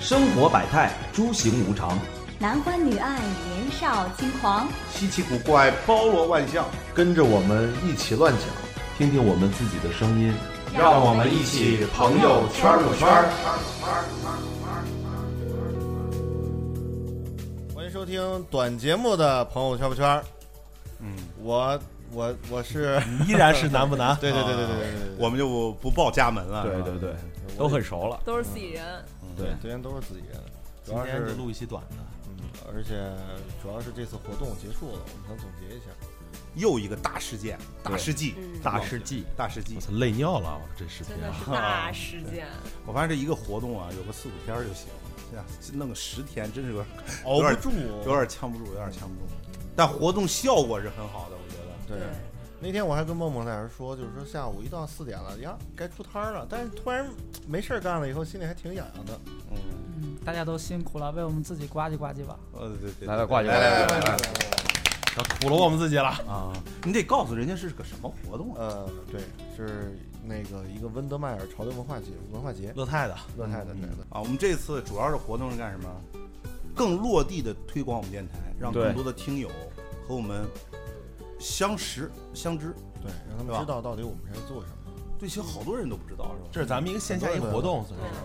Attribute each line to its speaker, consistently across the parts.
Speaker 1: 生活百态，诸行无常，
Speaker 2: 男欢女爱，年少轻狂。
Speaker 3: 稀奇古怪，包罗万象，
Speaker 4: 跟着我们一起乱讲。
Speaker 1: 听听我们自己的声音。
Speaker 2: 让我们一
Speaker 3: 起
Speaker 2: 朋友圈儿
Speaker 3: 圈儿。欢迎收听短节目的朋友圈不圈儿。嗯，我我我是，？
Speaker 5: 依然是难不难
Speaker 3: 对对对对对对对对，
Speaker 6: 我们就不报家门了。
Speaker 1: 对对对，
Speaker 5: 都很熟了。
Speaker 7: 都是自己人，
Speaker 3: 对，今天都是自己人，主
Speaker 5: 今
Speaker 3: 要
Speaker 5: 天
Speaker 3: 是
Speaker 5: 就录一期短的，
Speaker 3: 嗯，而且主要是这次活动结束了，我们想总结一下。
Speaker 6: 又一个大事件、大事记、
Speaker 7: 嗯
Speaker 5: 大事记，
Speaker 6: 大事记
Speaker 5: 我。操，累尿了，我这视频
Speaker 7: 真的
Speaker 5: 啊
Speaker 7: 是大事 件。
Speaker 6: 我发现这一个活动啊，有个四五天儿就行，现在弄个十天真是有点
Speaker 3: 熬
Speaker 6: 不
Speaker 3: 住，
Speaker 6: 有点呛不住，有点呛不住。但活动效果是很好的，我觉得。
Speaker 3: 对，那天我还跟梦梦在那儿说，就是说下午一到四点了，呀，该出摊儿了，但是突然没事儿干了以后，心里还挺痒痒的。
Speaker 6: 嗯，
Speaker 8: 嗯，大家都辛苦了，为我们自己呱唧呱唧吧。
Speaker 6: 呃，对对对，
Speaker 4: 来来挂起
Speaker 3: 来来
Speaker 4: 来，
Speaker 3: 来来，
Speaker 5: 要苦了我们自己了。
Speaker 6: 啊！你得告诉人家是个什么活动啊？
Speaker 3: 呃，对，是那个一个温德迈尔潮流文化节文化节，
Speaker 5: 乐泰的，
Speaker 3: 乐泰的对的。
Speaker 6: 啊，我们这次主要是活动是干什么？更落地的推广我们电台，让
Speaker 4: 对
Speaker 6: 更多的听友和我们相识相知。
Speaker 3: 对，让他
Speaker 6: 是
Speaker 3: 们
Speaker 6: 吧
Speaker 3: 知道到底我们是在做什么。
Speaker 6: 对，其实好多人都不知道，是吧？
Speaker 5: 这是咱们一个线下一活动，算是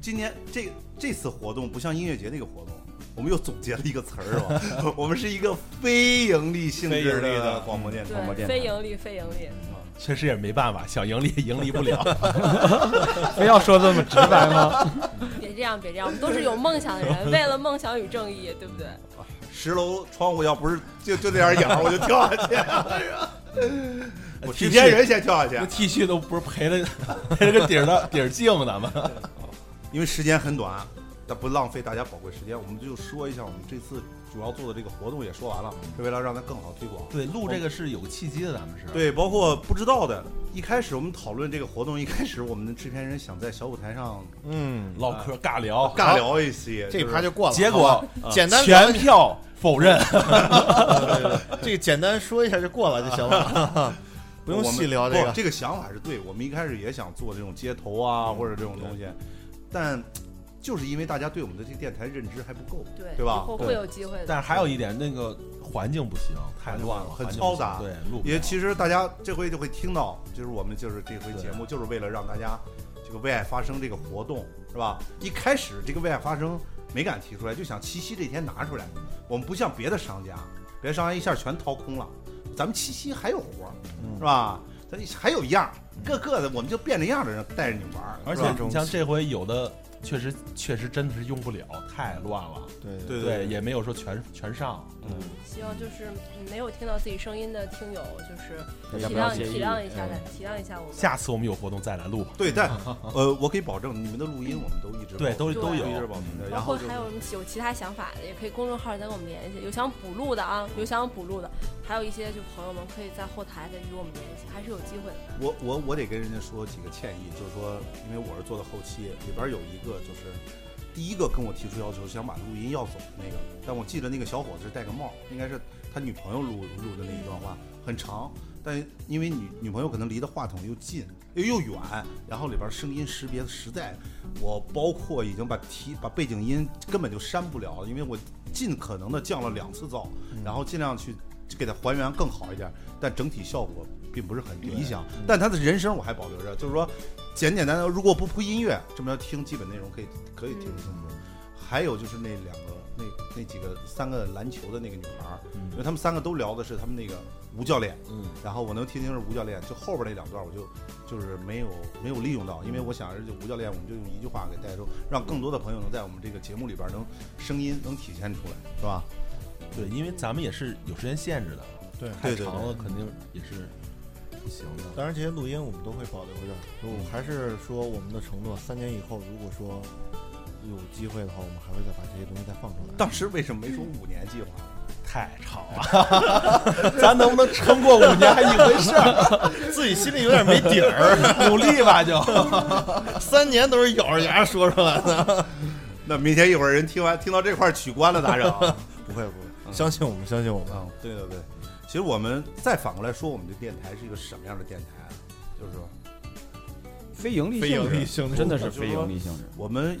Speaker 6: 今年这这次活动不像音乐节那个活动，我们又总结了一个词儿，是吧？ 我们是一个非盈利性
Speaker 5: 非盈
Speaker 6: 质
Speaker 5: 利的
Speaker 6: 的广播电台。广播
Speaker 7: 对，
Speaker 6: 电
Speaker 7: 非
Speaker 6: 台
Speaker 7: 盈利，非盈利，
Speaker 5: 确实也没办法，想盈利也盈利不了。
Speaker 4: 非要说这么直白 吗？
Speaker 7: 别这样，别这样，我们都是有梦想的 人，为了梦想与正义，对不对？
Speaker 6: 十楼窗户要不是就就那点痒，我就跳下去， 我制片人先跳下
Speaker 5: 这
Speaker 6: 去，
Speaker 5: T 恤都不是赔了， 赔了个底儿的底儿镜，咱们
Speaker 6: 因为时间很短，但不浪费大家宝贵时间，我们就说一下我们这次主要做的这个活动也说完了，是为了让它更好推广。
Speaker 5: 对录这个是有契机的，咱们是。
Speaker 6: 对，包括不知道的，一开始我们讨论这个活动，一开始我们的制片人想在小舞台上
Speaker 3: 嗯，
Speaker 5: 唠嗑尬聊，
Speaker 6: 尬聊一些，
Speaker 3: 这一
Speaker 6: 是
Speaker 3: 趴就过了。
Speaker 5: 结
Speaker 3: 好
Speaker 5: 果
Speaker 3: 吧简单聊
Speaker 5: 全票否认。
Speaker 3: 对对对这个简单说一下就过了就 行了，不用
Speaker 6: 我们
Speaker 3: 细聊这
Speaker 6: 不
Speaker 3: 个。
Speaker 6: 这个想法是对，我们一开始也想做这种街头啊，
Speaker 3: 嗯
Speaker 6: 或者这种东西，但就是因为大家对我们的这个电台认知还不够，
Speaker 7: 对
Speaker 6: 对吧
Speaker 7: 以后
Speaker 6: 对
Speaker 7: 会有机会的。
Speaker 5: 但是还有一点，那个环境不行，太乱了，
Speaker 6: 很
Speaker 5: 环境不行
Speaker 6: 嘈杂
Speaker 5: 对，录不
Speaker 6: 也
Speaker 5: 了。
Speaker 6: 其实大家这回就会听到，就是我们就是这回节目就是为了让大家这个为爱发声这个活动是吧？一开始这个为爱发声没敢提出来，就想七夕这天拿出来，我们不像别的商家，别的商家一下全掏空了，咱们七夕还有活儿、
Speaker 5: 嗯
Speaker 6: 是吧？咱还有样儿，个个的我们就变着样儿的人带着你玩儿，
Speaker 5: 而
Speaker 6: 是吧
Speaker 5: 且你像这回有的确实确实真的是用不了，太乱了。
Speaker 3: 对
Speaker 6: 对
Speaker 5: 对，也没有说全全上。
Speaker 7: 希望就是没有听到自己声音的听友，就是
Speaker 4: 大家
Speaker 7: 体
Speaker 4: 不要
Speaker 7: 谅
Speaker 4: 介意
Speaker 7: 体谅一下
Speaker 6: 哎
Speaker 7: 的，体谅一下我们。
Speaker 5: 下次我们有活动再来录。
Speaker 6: 对，但呃，我可以保证你们的录音我们都一直
Speaker 5: 对，
Speaker 6: 保
Speaker 5: 都
Speaker 6: 存
Speaker 5: 都
Speaker 6: 一直
Speaker 5: 有。嗯
Speaker 6: 保存着，
Speaker 7: 包
Speaker 6: 然后
Speaker 7: 括
Speaker 6: 就
Speaker 7: 还有什么有其他想法的，也可以公众号再跟我们联系。有想补录的啊，有想补录的，还有一些就朋友们可以在后台再与我们联系，还是有机会的。
Speaker 6: 我我我得跟人家说几个歉意，就是说，因为我是做的后期，里边有一个就是第一个跟我提出要求想把录音要走的那个，但我记得那个小伙子是戴个帽，应该是他女朋友录录的那一段话，很长，但因为女女朋友可能离的话筒又近又又远，然后里边声音识别的实在，我包括已经把提把背景音根本就删不了了，因为我尽可能的降了两次噪，然后尽量去给它还原更好一点，但整体效果并不是很理想。但他的人声我还保留着，就是说简简单单，如果不铺音乐，这么着听基本内容可以可以听得清楚。还有就是那两个那那几个三个篮球的那个女孩儿，因为他们三个都聊的是他们那个吴教练，
Speaker 5: 嗯，
Speaker 6: 然后我能听听是吴教练，就后边那两段我就就是没有没有利用到，因为我想着就吴教练，我们就用一句话给带出，让更多的朋友能在我们这个节目里边能声音能体现出来，是吧？
Speaker 5: 对，因为咱们也是有时间限制的，
Speaker 3: 对
Speaker 5: 太
Speaker 6: 对对
Speaker 5: 长了肯定也是不行的。
Speaker 3: 当然，这些录音我们都会保留着。我还是说我们的承诺，三年以后如果说有机会的话，我们还会再把这些东西再放出来。
Speaker 6: 当时为什么没说五年计划？
Speaker 5: 太长了， 咱能不能撑过五年还一回事儿？
Speaker 3: 自己心里有点没底儿，
Speaker 5: 努力吧就。
Speaker 3: 三年都是咬着牙说出来的。
Speaker 6: 那明天一会儿人听完听到这块儿取关了 咋整？
Speaker 3: 不会不会，相信我们，相信我们。
Speaker 6: 嗯，对对对。其实我们再反过来说，我们的电台是一个什么样的电台啊？就是说
Speaker 4: 非盈利
Speaker 3: 非
Speaker 4: 性
Speaker 3: 盈利
Speaker 4: 质，
Speaker 3: 性质
Speaker 4: 真的是非盈利性质。
Speaker 6: 我们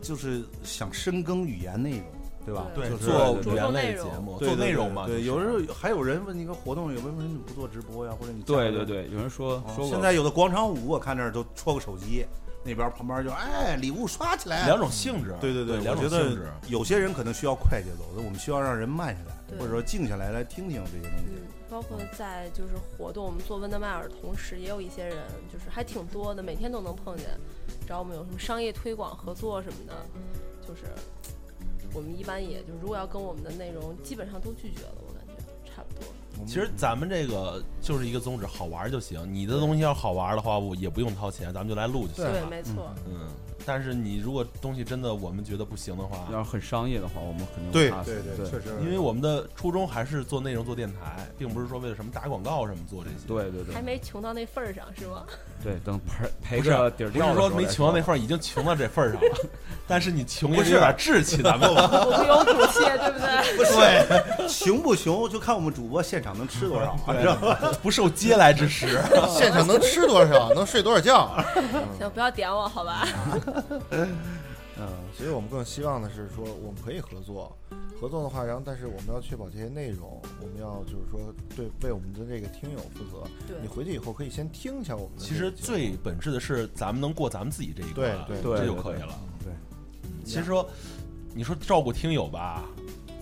Speaker 6: 就是想深耕语言内容，对吧？
Speaker 7: 对
Speaker 6: 就是
Speaker 5: 做
Speaker 7: 着重
Speaker 5: 语言类
Speaker 7: 内
Speaker 5: 节
Speaker 7: 容
Speaker 5: 目，哦做
Speaker 6: 对对
Speaker 5: 内
Speaker 6: 对
Speaker 5: 容嘛，
Speaker 6: 对，
Speaker 5: 就
Speaker 6: 有
Speaker 5: 是啊
Speaker 6: 时候还有人问你个活动，有为什么你不做直播呀？或者你
Speaker 9: 对对对，有人说
Speaker 6: 啊
Speaker 9: 说过，
Speaker 6: 现在有的广场舞，我看那儿都戳个手机，那边旁边就哎礼物刷起来。
Speaker 5: 两种性质，
Speaker 6: 对对对，
Speaker 5: 两
Speaker 6: 我
Speaker 5: 种
Speaker 6: 觉
Speaker 5: 性质
Speaker 6: 得。有些人可能需要快节奏，那我们需要让人慢下来，
Speaker 7: 对
Speaker 6: 或者说静下来来听听这些东西
Speaker 7: 嗯。，包括在就是活动，我们做温德迈尔的同时，也有一些人就是还挺多的，每天都能碰见，找我们有什么商业推广合作什么的，就是我们一般也就如果要跟我们的内容，基本上都拒绝了，我感觉差不多。
Speaker 5: 其实咱们这个就是一个宗旨，好玩儿就行。你的东西要是好玩儿的话，我也不用掏钱，咱们就来录就行
Speaker 7: 对，
Speaker 5: 了。
Speaker 7: 没错，
Speaker 5: 嗯，但是你如果东西真的我们觉得不行的话，
Speaker 9: 要是很商业的话，我们肯定
Speaker 6: 对
Speaker 9: 会 pass
Speaker 6: 对
Speaker 9: 对
Speaker 6: 确实，
Speaker 5: 啊因为我们的初衷还是做内容、做电台，并不是说为了什么打广告什么做这些。，
Speaker 9: 对对
Speaker 7: 还
Speaker 9: 对
Speaker 7: 没穷到那份儿上是吗？
Speaker 9: 对，等赔赔
Speaker 5: 不是
Speaker 9: 着底儿
Speaker 5: 不
Speaker 9: 掉
Speaker 5: 是
Speaker 9: 的时
Speaker 5: 说
Speaker 9: 候
Speaker 5: 没
Speaker 9: 再
Speaker 5: 穷到那
Speaker 9: 说
Speaker 5: 份儿，已经穷到这份儿上 了。但是你穷也得有点志气，咱们吧
Speaker 7: 我们有骨气，对不 对？
Speaker 6: 不 是穷不穷，就看我们主播现场能 吃多少，知道吧？
Speaker 5: 不受嗟来之食。
Speaker 6: 嗯
Speaker 3: 现场能吃多少，能睡多少觉？
Speaker 5: 嗯
Speaker 7: 行，不要点我好吧？
Speaker 6: 嗯，
Speaker 3: 其实我们更希望的是说，我们可以合作，合作的话，然后但是我们要确保这些内容，我们要就是说对为我们的这个听友负责。
Speaker 5: 嗯
Speaker 7: 对
Speaker 3: 你回去以后可以先听一下我们的
Speaker 5: 其
Speaker 3: 这
Speaker 5: 实
Speaker 3: 个节目。
Speaker 5: 最本质的是咱们能过咱们自己这一关，
Speaker 3: 对
Speaker 9: 对
Speaker 5: 这
Speaker 9: 对
Speaker 5: 就
Speaker 9: 对
Speaker 5: 可以了。
Speaker 9: 对
Speaker 5: 嗯，其实说你说照顾听友 吧，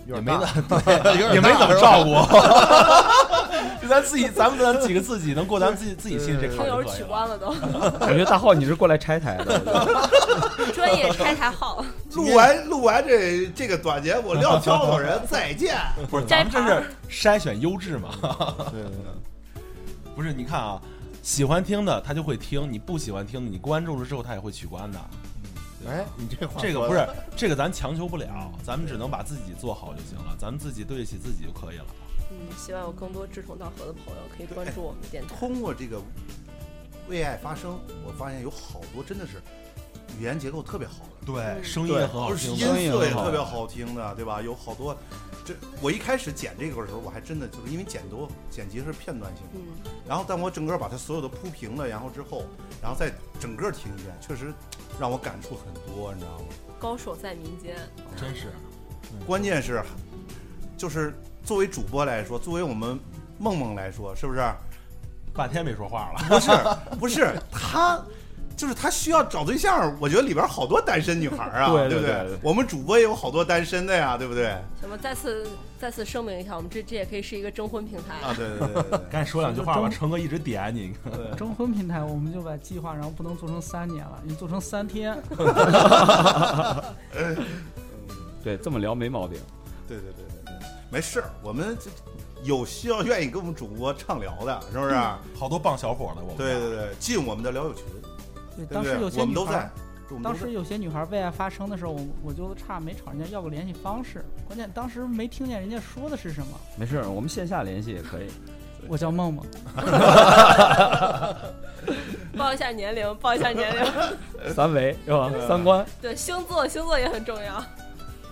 Speaker 3: 有
Speaker 5: 也
Speaker 3: 点
Speaker 5: 没
Speaker 3: 大
Speaker 5: 怎
Speaker 3: 有点
Speaker 5: 也没
Speaker 3: 大
Speaker 5: 怎么
Speaker 3: 是吧
Speaker 5: 照顾， 就咱自己，咱们咱几个自己能过咱们自己自己心里这
Speaker 7: 听
Speaker 5: 坎
Speaker 7: 友
Speaker 5: 儿就可以
Speaker 7: 取
Speaker 5: 了。
Speaker 7: 关 了都，
Speaker 9: 我觉得大浩你是过来拆台的，我觉得
Speaker 7: 专业拆台 号，
Speaker 6: 录完录完这这个短节目，撂挑子人再见。
Speaker 5: 不是，咱
Speaker 7: 摘
Speaker 5: 们这
Speaker 7: 牌
Speaker 5: 是筛选优质嘛？
Speaker 3: 对对对，
Speaker 5: 不是，你看啊，喜欢听的他就会听，你不喜欢听的，你关注了之后他也会取关的。
Speaker 3: 哎，你这话
Speaker 5: 这个
Speaker 3: 说
Speaker 5: 不
Speaker 3: 的
Speaker 5: 是，这个咱强求不了，咱们只能把自己做好就行了，咱们自己对得起自己就可以了。
Speaker 7: 嗯，希望有更多志同道合的朋友可以关注我们的电台。
Speaker 6: 通过这个为爱发声，我发现有好多真的是语言结构特别好的，
Speaker 5: 对，声音也很好听
Speaker 6: 音
Speaker 5: 的，
Speaker 6: 色也特别好听的，对吧？有好多，这我一开始剪这个的时候，我还真的就是因为剪多剪辑是片段性的，
Speaker 7: 嗯，
Speaker 6: 然后但我整个把它所有的铺平了，然后之后，然后再整个听一遍，确实让我感触很多，你知道吗？
Speaker 7: 高手在民间，
Speaker 5: 真是。嗯
Speaker 6: 关键是，就是作为主播来说，作为我们梦梦来说，是不是？
Speaker 5: 半天没说话了，
Speaker 6: 不是 不是，他就是他需要找对象，我觉得里边好多单身女孩啊，
Speaker 9: 对
Speaker 6: 不
Speaker 9: 对对
Speaker 6: 我们主播也有好多单身的呀，对不对？
Speaker 7: 行吧，再次再次声明一下，我们这这也可以是一个征婚平台。
Speaker 6: 啊，对 对对对
Speaker 5: 赶紧说两句 话吧，成哥一直点啊 你。
Speaker 8: 征婚平台我们就把计划，然后不能做成三年了，你做成三天，
Speaker 9: 对，这么聊没毛病。
Speaker 6: 对对对对对对，没事儿，我们这有需要愿意跟我们主播畅聊的，是不是？
Speaker 9: 嗯
Speaker 5: 好多棒小伙呢，我们
Speaker 6: 对对对，进我们的聊友群，对
Speaker 8: 对，
Speaker 6: 不
Speaker 8: 当时
Speaker 6: 对？
Speaker 8: 有些
Speaker 6: 我们
Speaker 8: 女
Speaker 6: 都在
Speaker 8: 孩，，
Speaker 6: 我们都
Speaker 8: 当
Speaker 6: 在
Speaker 8: 时有些女孩为爱发声的时候，我我就差没找人家要个联系方式，关键当时没听见人家说的是什么。
Speaker 9: 没事儿，我们线下联系也可以。
Speaker 8: 我叫梦梦，
Speaker 7: 报一下年龄，报一下年龄。
Speaker 9: 三维是吧？三观。
Speaker 7: 对，星座星座也很重要。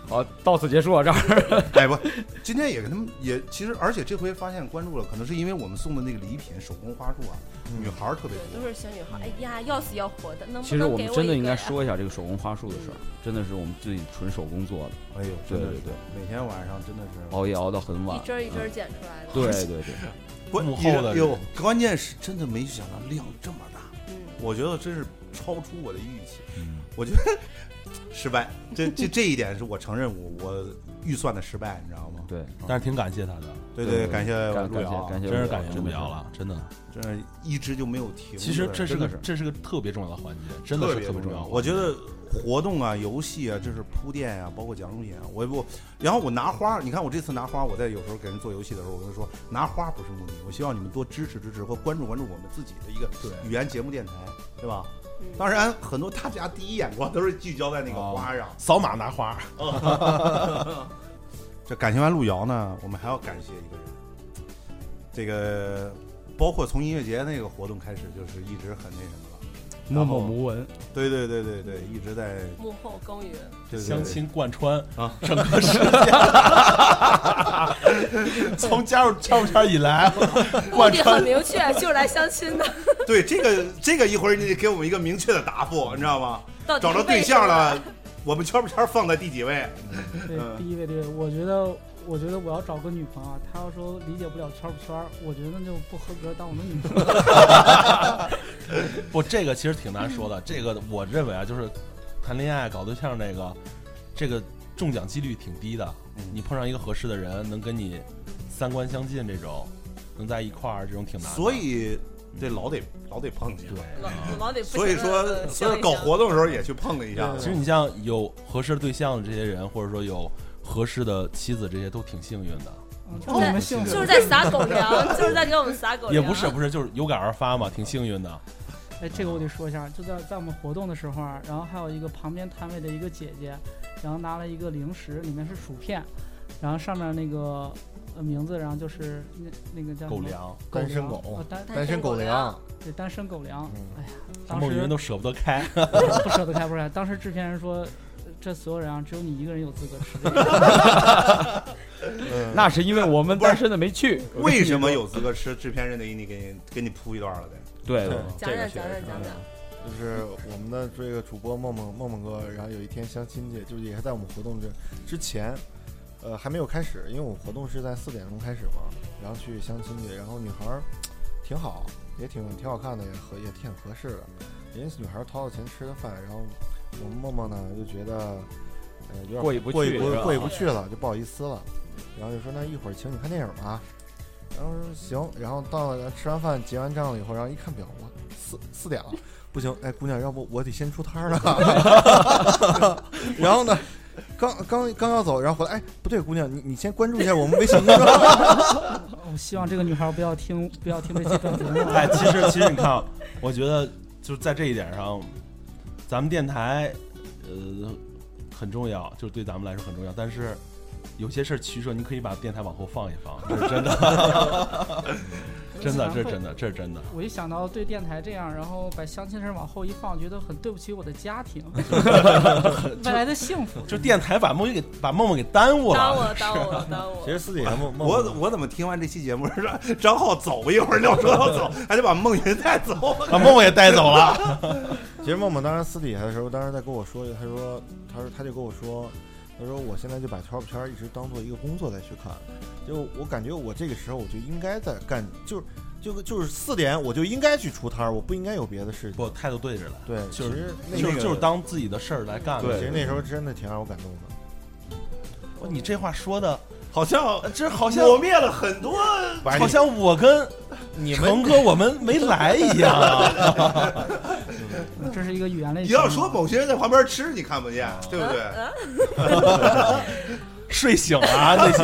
Speaker 9: 好，到此结束我啊这儿。
Speaker 6: 哎不，今天也跟他们也其实，而且这回发现关注了，可能是因为我们送的那个礼品手工花束啊，
Speaker 9: 嗯
Speaker 6: 女孩儿特别多
Speaker 7: 对，都。是小女孩。哎呀，要死要活的，能
Speaker 9: 其
Speaker 7: 不
Speaker 9: 实
Speaker 7: 能
Speaker 9: 我
Speaker 7: 给
Speaker 9: 们
Speaker 7: 我
Speaker 9: 真的
Speaker 7: 一
Speaker 9: 应
Speaker 7: 个
Speaker 9: 该
Speaker 7: 呀？
Speaker 9: 说一下这个手工花束的事儿，真的是我们自己纯手工做的，
Speaker 6: 哎呦，
Speaker 9: 对
Speaker 6: 真的
Speaker 9: 对
Speaker 6: 是
Speaker 9: 对，
Speaker 6: 每天晚上真的是
Speaker 9: 熬夜熬到很晚
Speaker 7: 一。针儿一针儿剪出来的。
Speaker 9: 对对对，
Speaker 6: 关
Speaker 5: 幕后的人
Speaker 6: 哟，关键是真的没想到量这么大，
Speaker 7: 嗯，
Speaker 6: 我觉得真是超出我的预期。
Speaker 5: 嗯
Speaker 6: 我觉得失败，这这这一点是我承认我我预算的失败，你知道吗？
Speaker 9: 对，
Speaker 5: 但是挺感谢他的，
Speaker 6: 对对，
Speaker 9: 对
Speaker 6: 感谢
Speaker 9: 感
Speaker 6: 路
Speaker 9: 感
Speaker 6: 遥
Speaker 9: 谢
Speaker 6: 啊，
Speaker 9: 感谢，
Speaker 5: 真是感谢
Speaker 9: 不
Speaker 5: 不了，了，真的。
Speaker 6: 真是一直就没有停。
Speaker 5: 其实这是个
Speaker 9: 真的是
Speaker 5: 这是个特别重要的环节，真的
Speaker 6: 特
Speaker 5: 是
Speaker 6: 别
Speaker 5: 特别重
Speaker 6: 重
Speaker 5: 要嗯的环节。
Speaker 6: 我觉得活动啊、游戏啊，这是铺垫啊，包括奖品啊，我我，然后我拿花，你看我这次拿花，我在有时候给人做游戏的时候，我跟他说，拿花不是目的，我希望你们多支持支持或关注关注我们自己的一个语言节目电台，对吧？
Speaker 7: 嗯
Speaker 6: 当然，很多大家第一眼光都是聚焦在那个花啊上。
Speaker 5: 扫码拿花，
Speaker 6: 这感谢完路遥呢，我们还要感谢一个人，这个包括从音乐节那个活动开始，就是一直很那什么了。
Speaker 4: 默默无闻，
Speaker 6: 对对对对对，一直在
Speaker 7: 幕后耕耘，
Speaker 6: 对对对
Speaker 5: 相亲贯穿
Speaker 6: 啊
Speaker 5: 整个世 界， 从加入 交友圈以来，
Speaker 7: 目的很明确，就是来相亲的。
Speaker 6: 对这个这个一会儿你得给我们一个明确的答复，你知道吗？
Speaker 7: 到底
Speaker 6: 找
Speaker 7: 是
Speaker 6: 着对
Speaker 7: 为什么
Speaker 6: 象了，我们圈不圈儿放在第几位？
Speaker 8: 对，
Speaker 6: 嗯
Speaker 8: 第一位，对，我觉得，我觉得我要找个女朋友啊，她要说理解不了圈儿不圈儿，我觉得那就不合格当我的 女朋友。
Speaker 5: 不，这个其实挺难说的。这个我认为啊，就是谈恋爱、搞对象这个，这个中奖几率挺低的。
Speaker 6: 嗯
Speaker 5: 你碰上一个合适的人，能跟你三观相近这种，能在一块儿这种挺难的。
Speaker 6: 所以这老得老得碰见。
Speaker 7: 老老得不
Speaker 6: 所以
Speaker 7: 停地
Speaker 6: 说，
Speaker 7: 呃
Speaker 6: 所以
Speaker 7: 叫一
Speaker 6: 搞
Speaker 7: 声
Speaker 6: 活动的时候也去碰了一下
Speaker 3: 对。
Speaker 5: 其实你像有合适的对象的这些人，或者说有合适的妻子，这些都挺幸运的。
Speaker 8: 嗯祝你们幸福。
Speaker 7: 就是在撒狗粮，就是在给我们撒狗粮。
Speaker 5: 也不
Speaker 8: 啊
Speaker 5: 是不是，就是有感而发嘛，挺幸运的。
Speaker 8: 哎，这个我得说一下，就在在我们活动的时候啊，然后还有一个旁边摊位的一个姐姐，然后拿了一个零食，里面是薯片，然后上面那个呃名字，然后就是那那个叫什
Speaker 5: 狗
Speaker 8: 么
Speaker 5: 粮，
Speaker 3: 单身狗
Speaker 8: 啊单
Speaker 3: 单身狗粮，
Speaker 8: 对单身狗粮
Speaker 3: 嗯。
Speaker 8: 哎呀，当
Speaker 5: 梦云
Speaker 8: 时
Speaker 5: 人都舍不得开。。
Speaker 8: 不舍得开，不舍得开。当时制片人说，呃这所有人啊，只有你一个人有资格吃这个。
Speaker 9: 那是因为我们单身的没去。
Speaker 6: 为什么有资格吃制片人的一你给你给你铺一段了得？
Speaker 9: 对对，
Speaker 7: 讲讲讲讲讲讲，
Speaker 3: 就是我们的这个主播梦梦梦梦哥，然后有一天相亲去，就是也是在我们活动这之前，呃，还没有开始，因为我们活动是在四点钟开始嘛，然后去相亲去，然后女孩儿挺好，也挺挺好看的，也合也挺合适的，人家女孩儿掏了钱吃的饭，然后我们梦梦呢就觉得，呃，有点
Speaker 9: 过意不去
Speaker 3: 过意不
Speaker 9: 是吧
Speaker 3: 过意不去了，就不好意思了，然后就说那一会儿请你看电影吧。然后说行，然后到了吃完饭结完账了以后，然后一看表，我四四点了，不行，哎，姑娘，要不我得先出摊儿了。 然后呢，刚刚刚要走，然后回来，哎，不对，姑娘，你你先关注一下我们微信公众号。
Speaker 8: 我希望这个女孩不要听，不要听这期段节目
Speaker 5: 哎，其实其实你看啊，我觉得就是在这一点上，咱们电台呃很重要，就是对咱们来说很重要。但是有些事儿取舍，你可以把电台往后放一放，这是真 的， 真 的，这是真的，这是真的。
Speaker 8: 我一想到对电台这样，然后把相亲事儿往后一放，觉得很对不起我的家庭， 未来的幸福。
Speaker 5: 就电台把梦给把梦梦给耽误
Speaker 7: 耽误
Speaker 5: 了，
Speaker 7: 了耽误了耽误
Speaker 3: 其
Speaker 7: 了。
Speaker 3: 实私底下梦梦，
Speaker 6: 我我怎么听完这期节目是张浩走一会儿，廖说要走，还得把孟云带走。
Speaker 5: 把梦梦也带走 了。
Speaker 3: 其实梦梦当时私底下的时候，当时在跟我说，他说，他说他就跟我说，他说我现在就把圈儿不圈儿一直当做一个工作在去看，就我感觉我这个时候我就应该在干，就是就就是四点我就应该去出摊儿，我不应该有别的事情。
Speaker 5: 不，态度对着了，
Speaker 3: 对，其
Speaker 5: 就是
Speaker 3: 实那
Speaker 5: 就
Speaker 3: 个
Speaker 5: 是就是当自己的事儿来干了。
Speaker 3: 其实那时候真的挺让我感动的。
Speaker 5: 哇你这话说的，
Speaker 6: 好像
Speaker 5: 呃这好像
Speaker 6: 抹灭了很多。
Speaker 3: 嗯
Speaker 5: 好像我跟你们成哥我们没来一样啊。
Speaker 8: 呃这是一个语言类
Speaker 6: 你
Speaker 8: 节目。
Speaker 6: 要说某些人在旁边吃，你看不见，对不对？
Speaker 5: 睡醒了啊那些，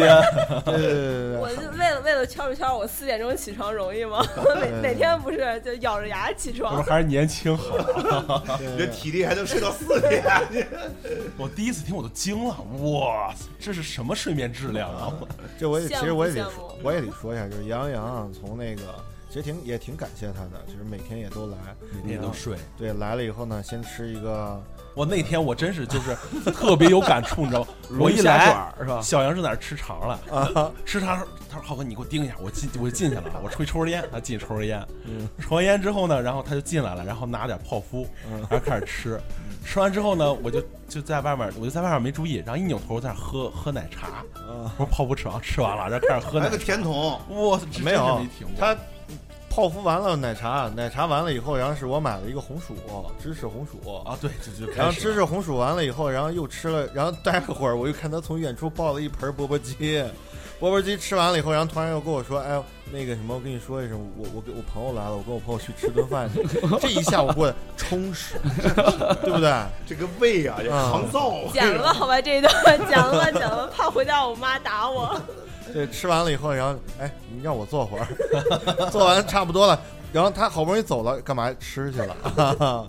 Speaker 3: 对对 对
Speaker 7: 我
Speaker 3: 对
Speaker 7: 就为了为了圈儿不圈儿，我四点钟起床容易吗？每每天不是就咬着牙起
Speaker 5: 我说
Speaker 7: 床，
Speaker 5: 还是年轻好。
Speaker 3: 对
Speaker 6: 你
Speaker 3: 对
Speaker 6: 这体力还能睡到四点，
Speaker 5: 我第一次听我都惊了，哇，这是什么睡眠质量啊！
Speaker 3: 这我也其
Speaker 7: 羡
Speaker 3: 实
Speaker 7: 慕
Speaker 3: 我也
Speaker 7: 羡
Speaker 3: 得
Speaker 7: 慕
Speaker 3: 说我也得说一下，就是杨洋从那个其实挺也挺感谢他的，就是每天也都来，
Speaker 5: 那都睡。
Speaker 3: 对来了以后呢，先吃一个，
Speaker 5: 啊我那天我真是就是特别有感触，你 知道吗？我一来是吧？小杨是哪儿啊吃肠了？吃肠，他说浩哥你给我盯一下，我进我进去了，啊我出去抽根烟，他进去抽根烟，抽完烟之后呢，然后他就进来了，然后拿点泡芙，然后开始吃。吃完之后呢，我就就在外面，我就在外面没注意，然后一扭头在那儿喝喝奶茶，我说泡芙吃完吃完了，然后开始喝
Speaker 6: 来
Speaker 5: 奶
Speaker 6: 个
Speaker 5: 茶。
Speaker 6: 甜筒。
Speaker 5: 嗯哇，这
Speaker 3: 没
Speaker 5: 真
Speaker 3: 有
Speaker 5: 是没停过
Speaker 3: 他泡芙完了奶茶，奶茶完了以后，然后是我买了一个红薯，芝士红薯。
Speaker 5: 啊，对，就就
Speaker 3: 然
Speaker 5: 开
Speaker 3: 后
Speaker 5: 始
Speaker 3: 芝
Speaker 5: 了。
Speaker 3: 士红薯完了以后，然后又吃了，然后待了会儿，我又看他从远处抱了一盆钵钵鸡，钵钵鸡吃完了以后，然后突然又跟我说：“哎，那个什么，我跟你说一声，我我跟我朋友来了，我跟我朋友去吃顿饭去。”这一下午过得充实， 对不对？
Speaker 6: 这个胃啊，这抗造啊，
Speaker 7: 剪了吧，好吧，这一段剪了吧，剪了吧，怕回家我妈打我。
Speaker 3: 对，吃完了以后，然后哎，你让我坐会儿， 坐完差不多了，然后他好不容易走了，干嘛吃去了？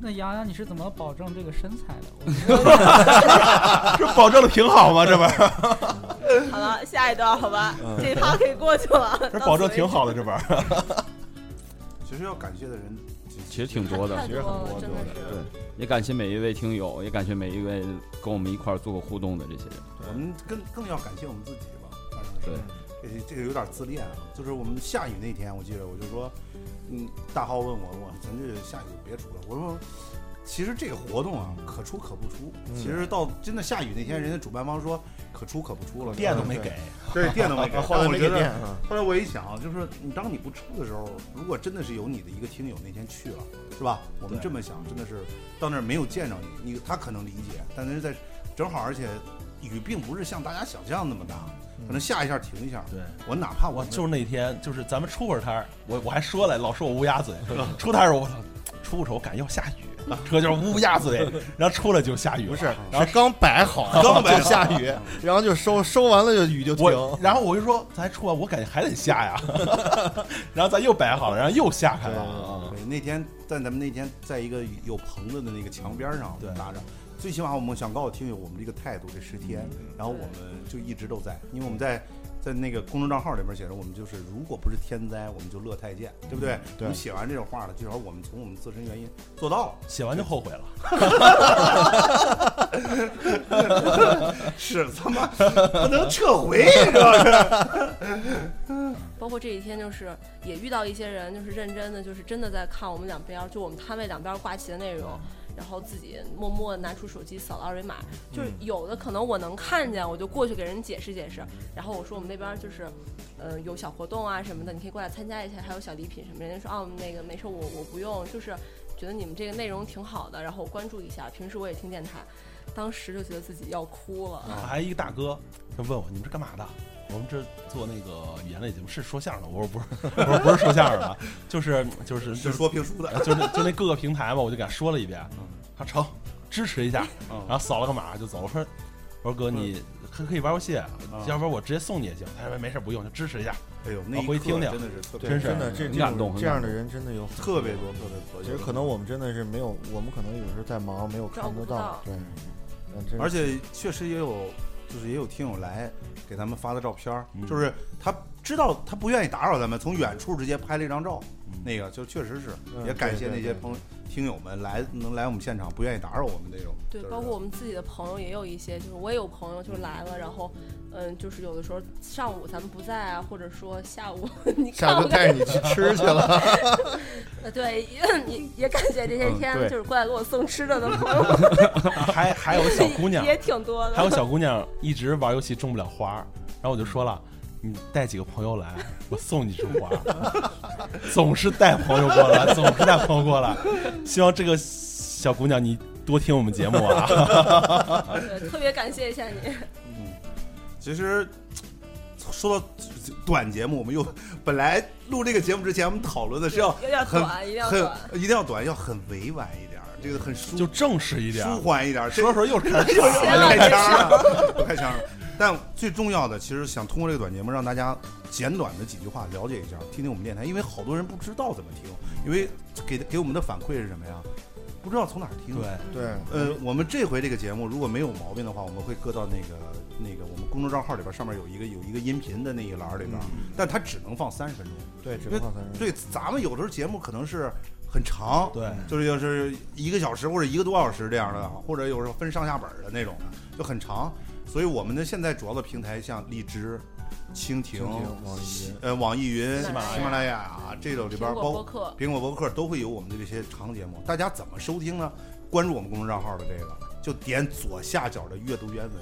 Speaker 8: 那杨洋，你是怎么保证这个身材的？我觉
Speaker 5: 这 保证的挺好吗？这玩意儿，
Speaker 7: 好了，下一段好吧，这一趴可以过去了。
Speaker 5: 这保证挺好的，这玩意儿。
Speaker 6: 其实要感谢的人，
Speaker 9: 其实挺多的
Speaker 7: 太
Speaker 3: 其实很
Speaker 7: 多
Speaker 3: 多
Speaker 7: 了，真的
Speaker 3: 对
Speaker 7: 是。
Speaker 9: 也感谢每一位听友，也感谢每一位跟我们一块儿做过互动的这些人。
Speaker 6: 我们更更要感谢我们自己吧。反正是
Speaker 9: 对，
Speaker 6: 这这个有点自恋啊。就是我们下雨那天，我记得我就说，嗯，大浩问我，我咱这下雨别出了。我说，其实这个活动啊，可出可不出。
Speaker 3: 嗯
Speaker 6: 其实到真的下雨那天，人家主办方说可出可不出了，
Speaker 5: 电都没给，
Speaker 6: 对，对电 都没给。
Speaker 3: 后来
Speaker 6: 但我
Speaker 3: 没
Speaker 6: 觉
Speaker 3: 给
Speaker 6: 得
Speaker 3: 电啊，
Speaker 6: 后来我一想，就是你当你不出的时候，如果真的是有你的一个听友那天去了，是吧？我们
Speaker 5: 对
Speaker 6: 这么想，真的是到那儿没有见着你，你他可能理解，但是在正好，而且雨并不是像大家想象那么大，可能下一下停一下。
Speaker 5: 嗯对。
Speaker 6: 我哪怕我
Speaker 5: 我
Speaker 6: 们
Speaker 5: 就是那天，就是咱们出会儿摊儿，我我还说来，老说我乌鸦嘴。出摊儿时候我操，出不出我感觉要下 雨，车就是乌鸦嘴，然后出来就下雨了。
Speaker 3: 不是，
Speaker 5: 然后
Speaker 3: 是刚摆好，
Speaker 5: 刚摆好
Speaker 3: 就下雨，然后就收，收完了就雨就停。
Speaker 5: 我，然后我就说咱出来，啊我感觉还得下 呀。然后咱又摆好了，然后又下开了。啊
Speaker 6: 对，那天但咱们那天在一个有棚子的那个墙边上，
Speaker 5: 对
Speaker 6: 拿着。最起码我们想告诉听友我们这个态度这十天，
Speaker 5: 嗯
Speaker 6: 然后我们就一直都在，因为我们在在那个公众账号里面写着，我们就是如果不是天灾，我们就乐太监，对不
Speaker 5: 嗯
Speaker 6: 对？我们写完这种话了，至少我们从我们自身原因做到 了。
Speaker 5: 写完就后悔了，
Speaker 6: 是他妈不能撤回，是吧？
Speaker 7: 包括这几天就是也遇到一些人，就是认真的，就是真的在看我们两边儿，就我们摊位两边儿挂旗的内容，然后自己默默拿出手机扫了二维码，就是有的可能我能看见，我就过去给人解释解释，然后我说我们那边儿就是，呃，有小活动啊什么的，你可以过来参加一下，还有小礼品什么，人家说哦那个没事，我我不用，就是觉得你们这个内容挺好的，然后我关注一下，平时我也听电台，当时就觉得自己要哭了。
Speaker 5: 还一个大哥就问我你们这干嘛的？我们这做那个语言类节目是说相声的，我说不是， 我说不是说相声的，就是就是就是
Speaker 6: 说 评书的，
Speaker 5: 就那就那各个平台嘛，我就给他说了一遍
Speaker 6: 嗯，
Speaker 5: 他成支持一下，
Speaker 6: 嗯
Speaker 5: 然后扫了个码就走了。我说我说哥你可可以玩游戏，要不然我直接送你也行。他说没事不用，就支持 一下。
Speaker 6: 哎呦，那一
Speaker 5: 啊回听
Speaker 6: 刻
Speaker 5: 听
Speaker 6: 真的是特别
Speaker 5: 真是
Speaker 3: 真的，这
Speaker 9: 很
Speaker 3: 这
Speaker 9: 感动
Speaker 3: 种
Speaker 9: 很
Speaker 3: 这样的人真的有
Speaker 6: 特别多，特别多。
Speaker 3: 其实可能我们真的是没有，我们可能有时候在忙，没有看得
Speaker 7: 照顾不到
Speaker 3: 对，嗯真
Speaker 6: 而
Speaker 3: 是
Speaker 6: 且确实也有，就是也有听友来给咱们发的照片儿，
Speaker 5: 嗯
Speaker 6: 就是他知道他不愿意打扰咱们，从远处直接拍了一张照，
Speaker 5: 嗯
Speaker 6: 那个就确实是，
Speaker 3: 嗯
Speaker 6: 也感谢
Speaker 3: 对
Speaker 6: 那
Speaker 3: 对
Speaker 6: 些
Speaker 3: 对
Speaker 6: 朋友听友们来能来我们现场，不愿意打扰我们那种。
Speaker 7: 对，
Speaker 6: 就是
Speaker 7: 包括我们自己的朋友也有一些，就是我也有朋友就是来了，然后，嗯，就是有的时候上午咱们不在啊，或者说下午 你看
Speaker 3: 下
Speaker 7: 我
Speaker 3: 次带着你去 吃去了。
Speaker 7: 呃对，也也也感谢这些
Speaker 6: 嗯
Speaker 7: 天
Speaker 6: 对嗯
Speaker 7: 就是过来给我送吃的的朋友
Speaker 5: 还还有小姑娘，
Speaker 7: 也挺多
Speaker 5: 还有
Speaker 7: 的。
Speaker 5: 小姑娘一直玩游戏种不了花儿，然后我就说了，你带几个朋友来，我送你一束花儿。 总是带朋友过来，总是带朋友过来，希望这个小姑娘你多听我们节目啊。
Speaker 7: 对，特别感谢一下你。
Speaker 6: 嗯，其实说到短节目，我们又本来录这个节目之前，我们讨论的是要啊
Speaker 7: 有点
Speaker 6: 很
Speaker 7: 短，一定要
Speaker 6: 很
Speaker 7: 短。
Speaker 6: 一定要短，要很委婉一点儿，这个很舒
Speaker 5: 就正式一点儿，
Speaker 6: 舒缓一点儿，这
Speaker 5: 说着说着又开 始
Speaker 6: 又
Speaker 5: 耍了。
Speaker 6: 开腔了，又开腔了。但最重要的，其实想通过这个短节目让大家简短的几句话了解一下，听听我们电台，因为好多人不知道怎么听，因为给给我们的反馈是什么呀？不知道从哪儿听。
Speaker 5: 对，，
Speaker 3: 对，
Speaker 6: 呃，我们这回这个节目如果没有毛病的话，我们会搁到那个那个我们公众账号里边，上面有一个有一个音频的那一栏儿里边，但它只能放三十分钟。
Speaker 3: 对，只能放三十。
Speaker 6: 对，咱们有的时候节目可能是很长，
Speaker 5: 对
Speaker 6: 就是就是一个小时或者一个多小时这样的，或者有时候分上下本儿的那种的，就很长。所以我们的现在主要的平台像荔枝、蜻蜓、
Speaker 3: 蜻蜓网易云
Speaker 6: 呃网易云、
Speaker 7: 喜马拉雅
Speaker 6: 喜马拉雅啊这种里边
Speaker 7: 苹
Speaker 6: 儿
Speaker 7: 果
Speaker 6: 包
Speaker 7: 播客
Speaker 6: 苹果播客都会有我们的这些长节目。大家怎么收听呢？关注我们公众账号的这个，就点左下角的阅读原文，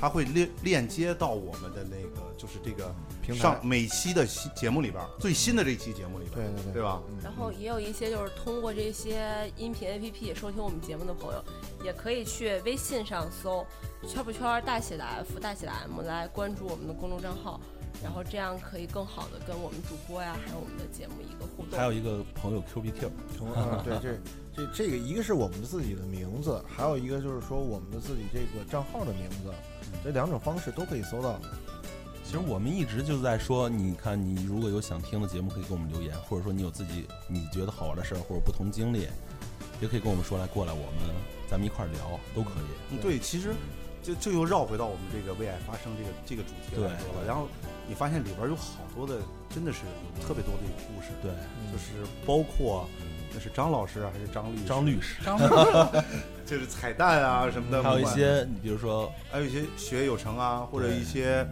Speaker 6: 它会链链接到我们的那个就是这个
Speaker 3: 平台
Speaker 6: 上每期的新节目里边儿最新的这一期节目里边儿。
Speaker 3: 对对
Speaker 6: 对吧？
Speaker 7: 然后也有一些就是通过这些音频 APP 收听我们节目的朋友，也可以去微信上搜“圈不圈儿大写的 F 大写的 M” 来关注我们的公众账号，然后这样可以更好的跟我们主播呀，还有我们的节目一个互动。
Speaker 5: 还有一个朋友 Q B Q，
Speaker 3: 从啊，对 这这这个一个是我们自己的名字，还有一个就是说我们的自己这个账号的名字，
Speaker 9: 嗯
Speaker 3: 这两种方式都可以搜到。
Speaker 5: 其实我们一直就在说，你看，你如果有想听的节目，可以给我们留言，或者说你有自己你觉得好玩的事儿或者不同经历，也可以跟我们说来，过来我们咱们一块儿聊都可以。
Speaker 6: 嗯对，其实就就又绕回到我们这个为爱发声这个这个主题来说了。
Speaker 5: 对
Speaker 6: 然后你发现里边有好多的，真的是有特别多的有故事，
Speaker 5: 对，
Speaker 6: 就是包括那是张老师还是张律师，
Speaker 5: 张律师，
Speaker 6: 就是彩蛋啊什么的，
Speaker 5: 还有一
Speaker 6: 不管
Speaker 5: 些，你比如说
Speaker 6: 还有一些学业有成啊，或者一些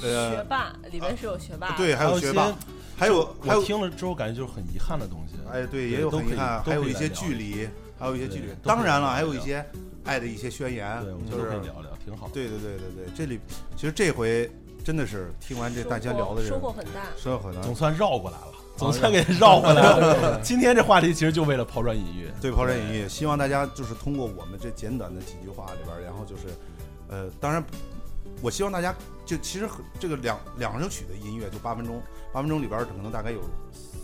Speaker 7: 学
Speaker 6: 呃
Speaker 7: 霸里面是有学霸的，
Speaker 6: 对，
Speaker 5: 还
Speaker 6: 还
Speaker 5: 有
Speaker 6: 有
Speaker 5: 一些
Speaker 6: 学霸，还有
Speaker 5: 我
Speaker 6: 还有
Speaker 5: 听了之后感觉就是很遗憾的东西。
Speaker 6: 哎对，
Speaker 5: 对
Speaker 6: 也有
Speaker 5: 都
Speaker 6: 很
Speaker 5: 可
Speaker 6: 遗
Speaker 5: 以
Speaker 6: 憾，
Speaker 5: 都
Speaker 6: 还有
Speaker 5: 可以
Speaker 6: 一
Speaker 5: 来
Speaker 6: 些
Speaker 5: 聊
Speaker 6: 距离。还有一些纪律
Speaker 5: 对，
Speaker 6: 当然了，还
Speaker 5: 都
Speaker 6: 有
Speaker 5: 可以
Speaker 6: 一些爱的一些宣言
Speaker 5: 对，我们
Speaker 6: 就
Speaker 5: 都
Speaker 6: 是
Speaker 5: 可以聊聊，挺好。
Speaker 6: 对对对对对，这里其实这回真的是听完这大家聊的人
Speaker 7: 收获很大。
Speaker 6: 收获很啊大
Speaker 5: 总，算绕过来了，总算给绕回来 了。今天这话题其实就为了抛砖引玉，
Speaker 6: 对抛砖引玉，希望大家就是通过我们这简短的几句话里边儿，然后就是，呃，当然，我希望大家就其实很这个两两首曲的音乐就八分钟，八分钟里边儿可能大概有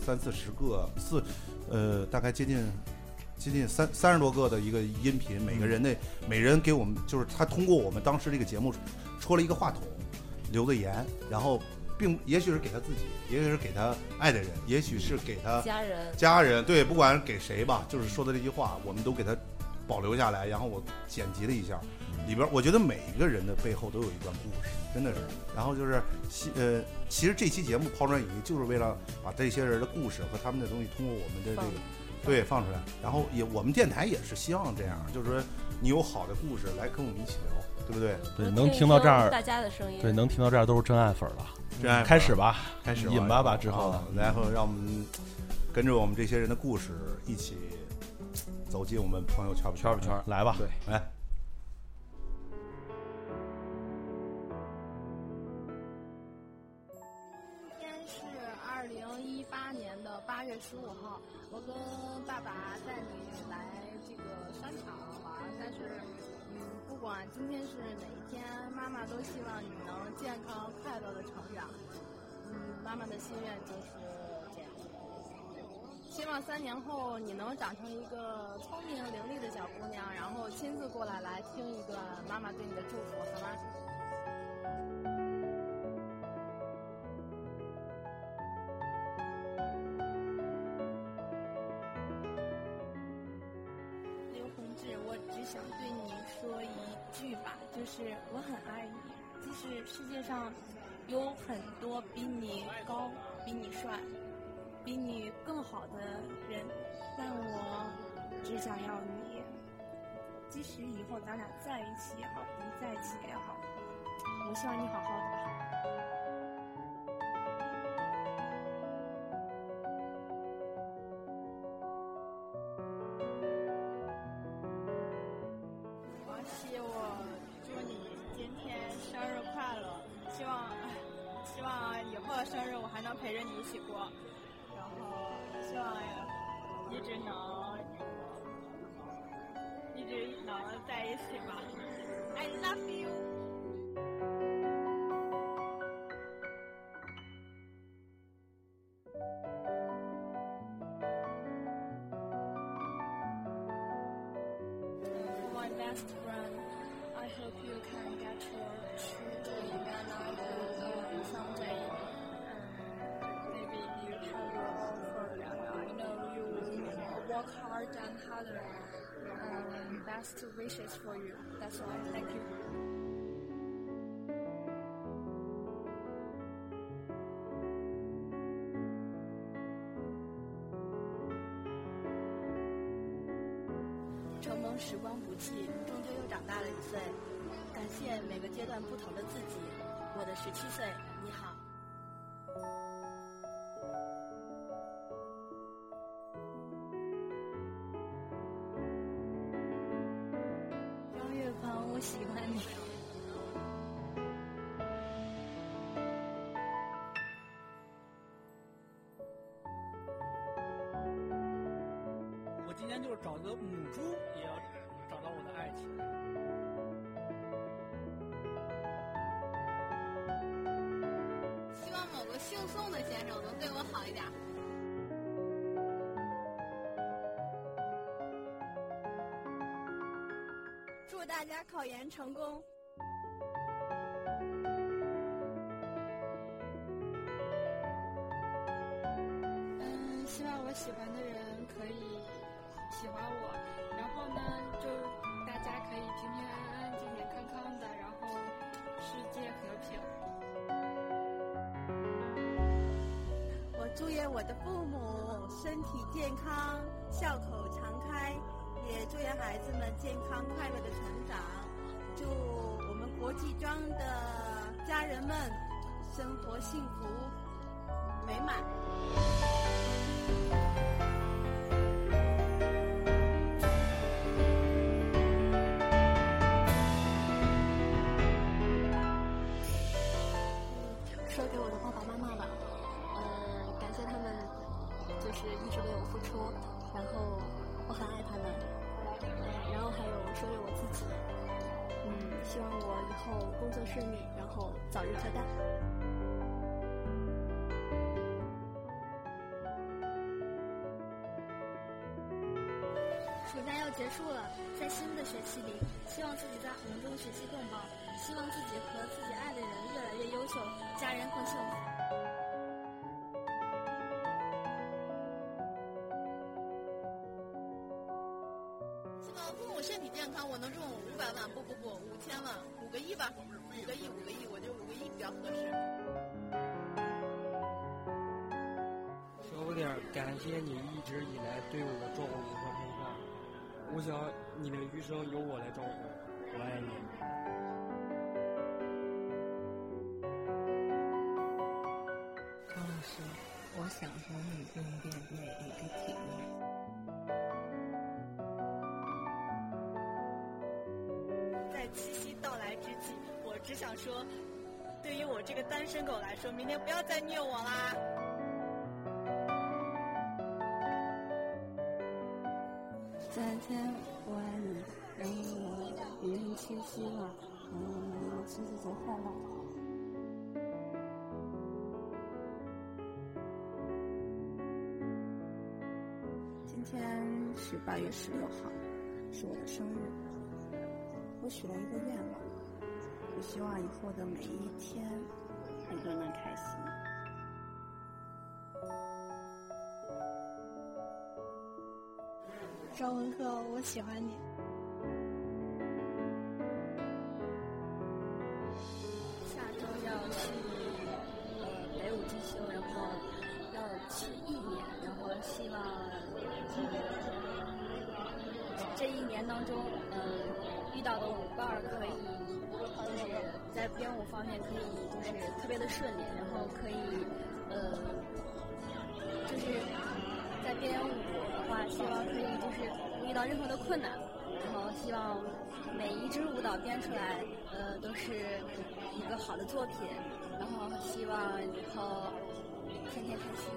Speaker 6: 三四十个四，呃，大概接近。接近三三十多个的一个音频，每个人的每人给我们就是他通过我们当时这个节目戳了一个话筒，留的言，然后并也许是给他自己，也许是给他爱的人，也许是给他
Speaker 7: 家人，
Speaker 6: 家人对，不管给谁吧，就是说的这句话，我们都给他保留下来，然后我剪辑了一下，里边儿我觉得每一个人的背后都有一段故事，真的是。然后就是其呃，其实这期节目抛砖引玉，就是为了把这些人的故事和他们的东西通过我们的这
Speaker 7: 放
Speaker 6: 个对放出来，然后也我们电台也是希望这样，就是说你有好的故事来跟我们一起聊，对不对？
Speaker 5: 对
Speaker 7: 多
Speaker 5: 能
Speaker 7: 听
Speaker 5: 听到这儿
Speaker 7: 大家的声音，
Speaker 5: 对，能听到这儿都是真爱粉了。
Speaker 6: 真爱
Speaker 5: 开始吧，
Speaker 6: 开始
Speaker 5: 引吧吧之后
Speaker 6: 啊，然后让我们跟着我们这些人的故事一起走进我们朋友圈不圈不圈。
Speaker 5: 来吧。
Speaker 6: 对，来。
Speaker 10: 今天是二零一八年的八月十五号，我跟爸爸带你来这个商场玩儿，但是，嗯，不管今天是哪一天，妈妈都希望你能健康快乐的成长。嗯，妈妈的心愿就是这样。嗯希望三年后你能长成一个聪明伶俐的小姑娘，然后亲自过来来听一段妈妈对你的祝福，好吗？刘宏志，我只想对你说一句吧，就是我很爱你。就是世界上有很多比你高、比你帅、比你更好的人，但我只想要你。即使以后咱俩在一起也好，不在一起也好，我希望你好好的。王希，我祝你今天生日快乐！希望，希望以后的生日我还能陪着你一起过，然后希望一直能，一直能在一起吧。I love you。my best friend. I hope you can get your true dream and I will you uh, someday. Um, maybe you have your own career. I know you work hard and harder. Um, best wishes for you. That's why. Thank you. 承蒙时光不弃，终究又长大了一岁。感谢每个阶段不同的自己。我的十七岁，你好。张岳鹏，我喜欢你。
Speaker 8: 我今天就是找个母猪，也要找到我的爱情。
Speaker 10: 希望某个姓宋的先生能对我好一点。祝大家考研成功！嗯，希望我喜欢的人可以喜欢我，然后呢，就大家可以平平安安、健健康康的，然后世界和平。
Speaker 2: 我祝愿我的父母身体健康，笑口常开，也祝愿孩子们健康快乐的成长。祝我们国际庄的家人们生活幸福美满。
Speaker 10: 我
Speaker 11: 嗯嗯希望我以后工作顺利，然后早日脱单。
Speaker 12: 暑假要结束了，在新的学期里，希望自己在红中学习更棒，希望自己和自己爱的人越来越优秀，家人更幸福。
Speaker 13: 希望呃父母身体健康，我能中五百万，不不不，五千万，五个亿吧，五个亿，五个亿，我觉得五个亿比较合适。
Speaker 8: 小点儿，感谢你一直以来对我的照顾和陪伴，我想你的余生由我来照顾，我爱你。
Speaker 14: 张老师，我想和你共度每一个体验。
Speaker 13: 在七夕到来之际，我只想说，对于我这个单身狗来说，明天不要再虐我啦。
Speaker 10: 这两天我爱你，然后我明天七夕了，然后我们七夕节快乐。今天是八月十六号，是我的生日。我许了一个愿望，我希望以后的每一天，你都能开心。
Speaker 11: 赵文克，我喜欢你。
Speaker 12: 下周要去呃北舞之秋，然后要去一年，然后希望呃这一年当中，呃遇到的舞伴儿可以就是在编舞方面可以就是特别的顺利，然后可以呃就是在编舞的话，希望可以就是不遇到任何的困难。然后希望每一支舞蹈编出来，呃，都是一个好的作品。然后希望以后天天开心。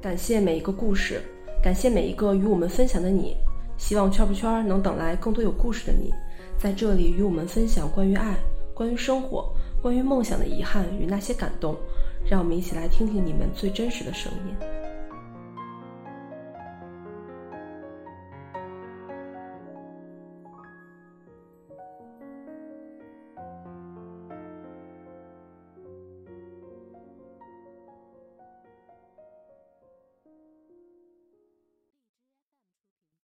Speaker 7: 感谢每一个故事，感谢每一个与我们分享的你。希望圈不圈能等来更多有故事的你，在这里与我们分享关于爱、关于生活、关于梦想的遗憾与那些感动。让我们一起来听听你们最真实的声音。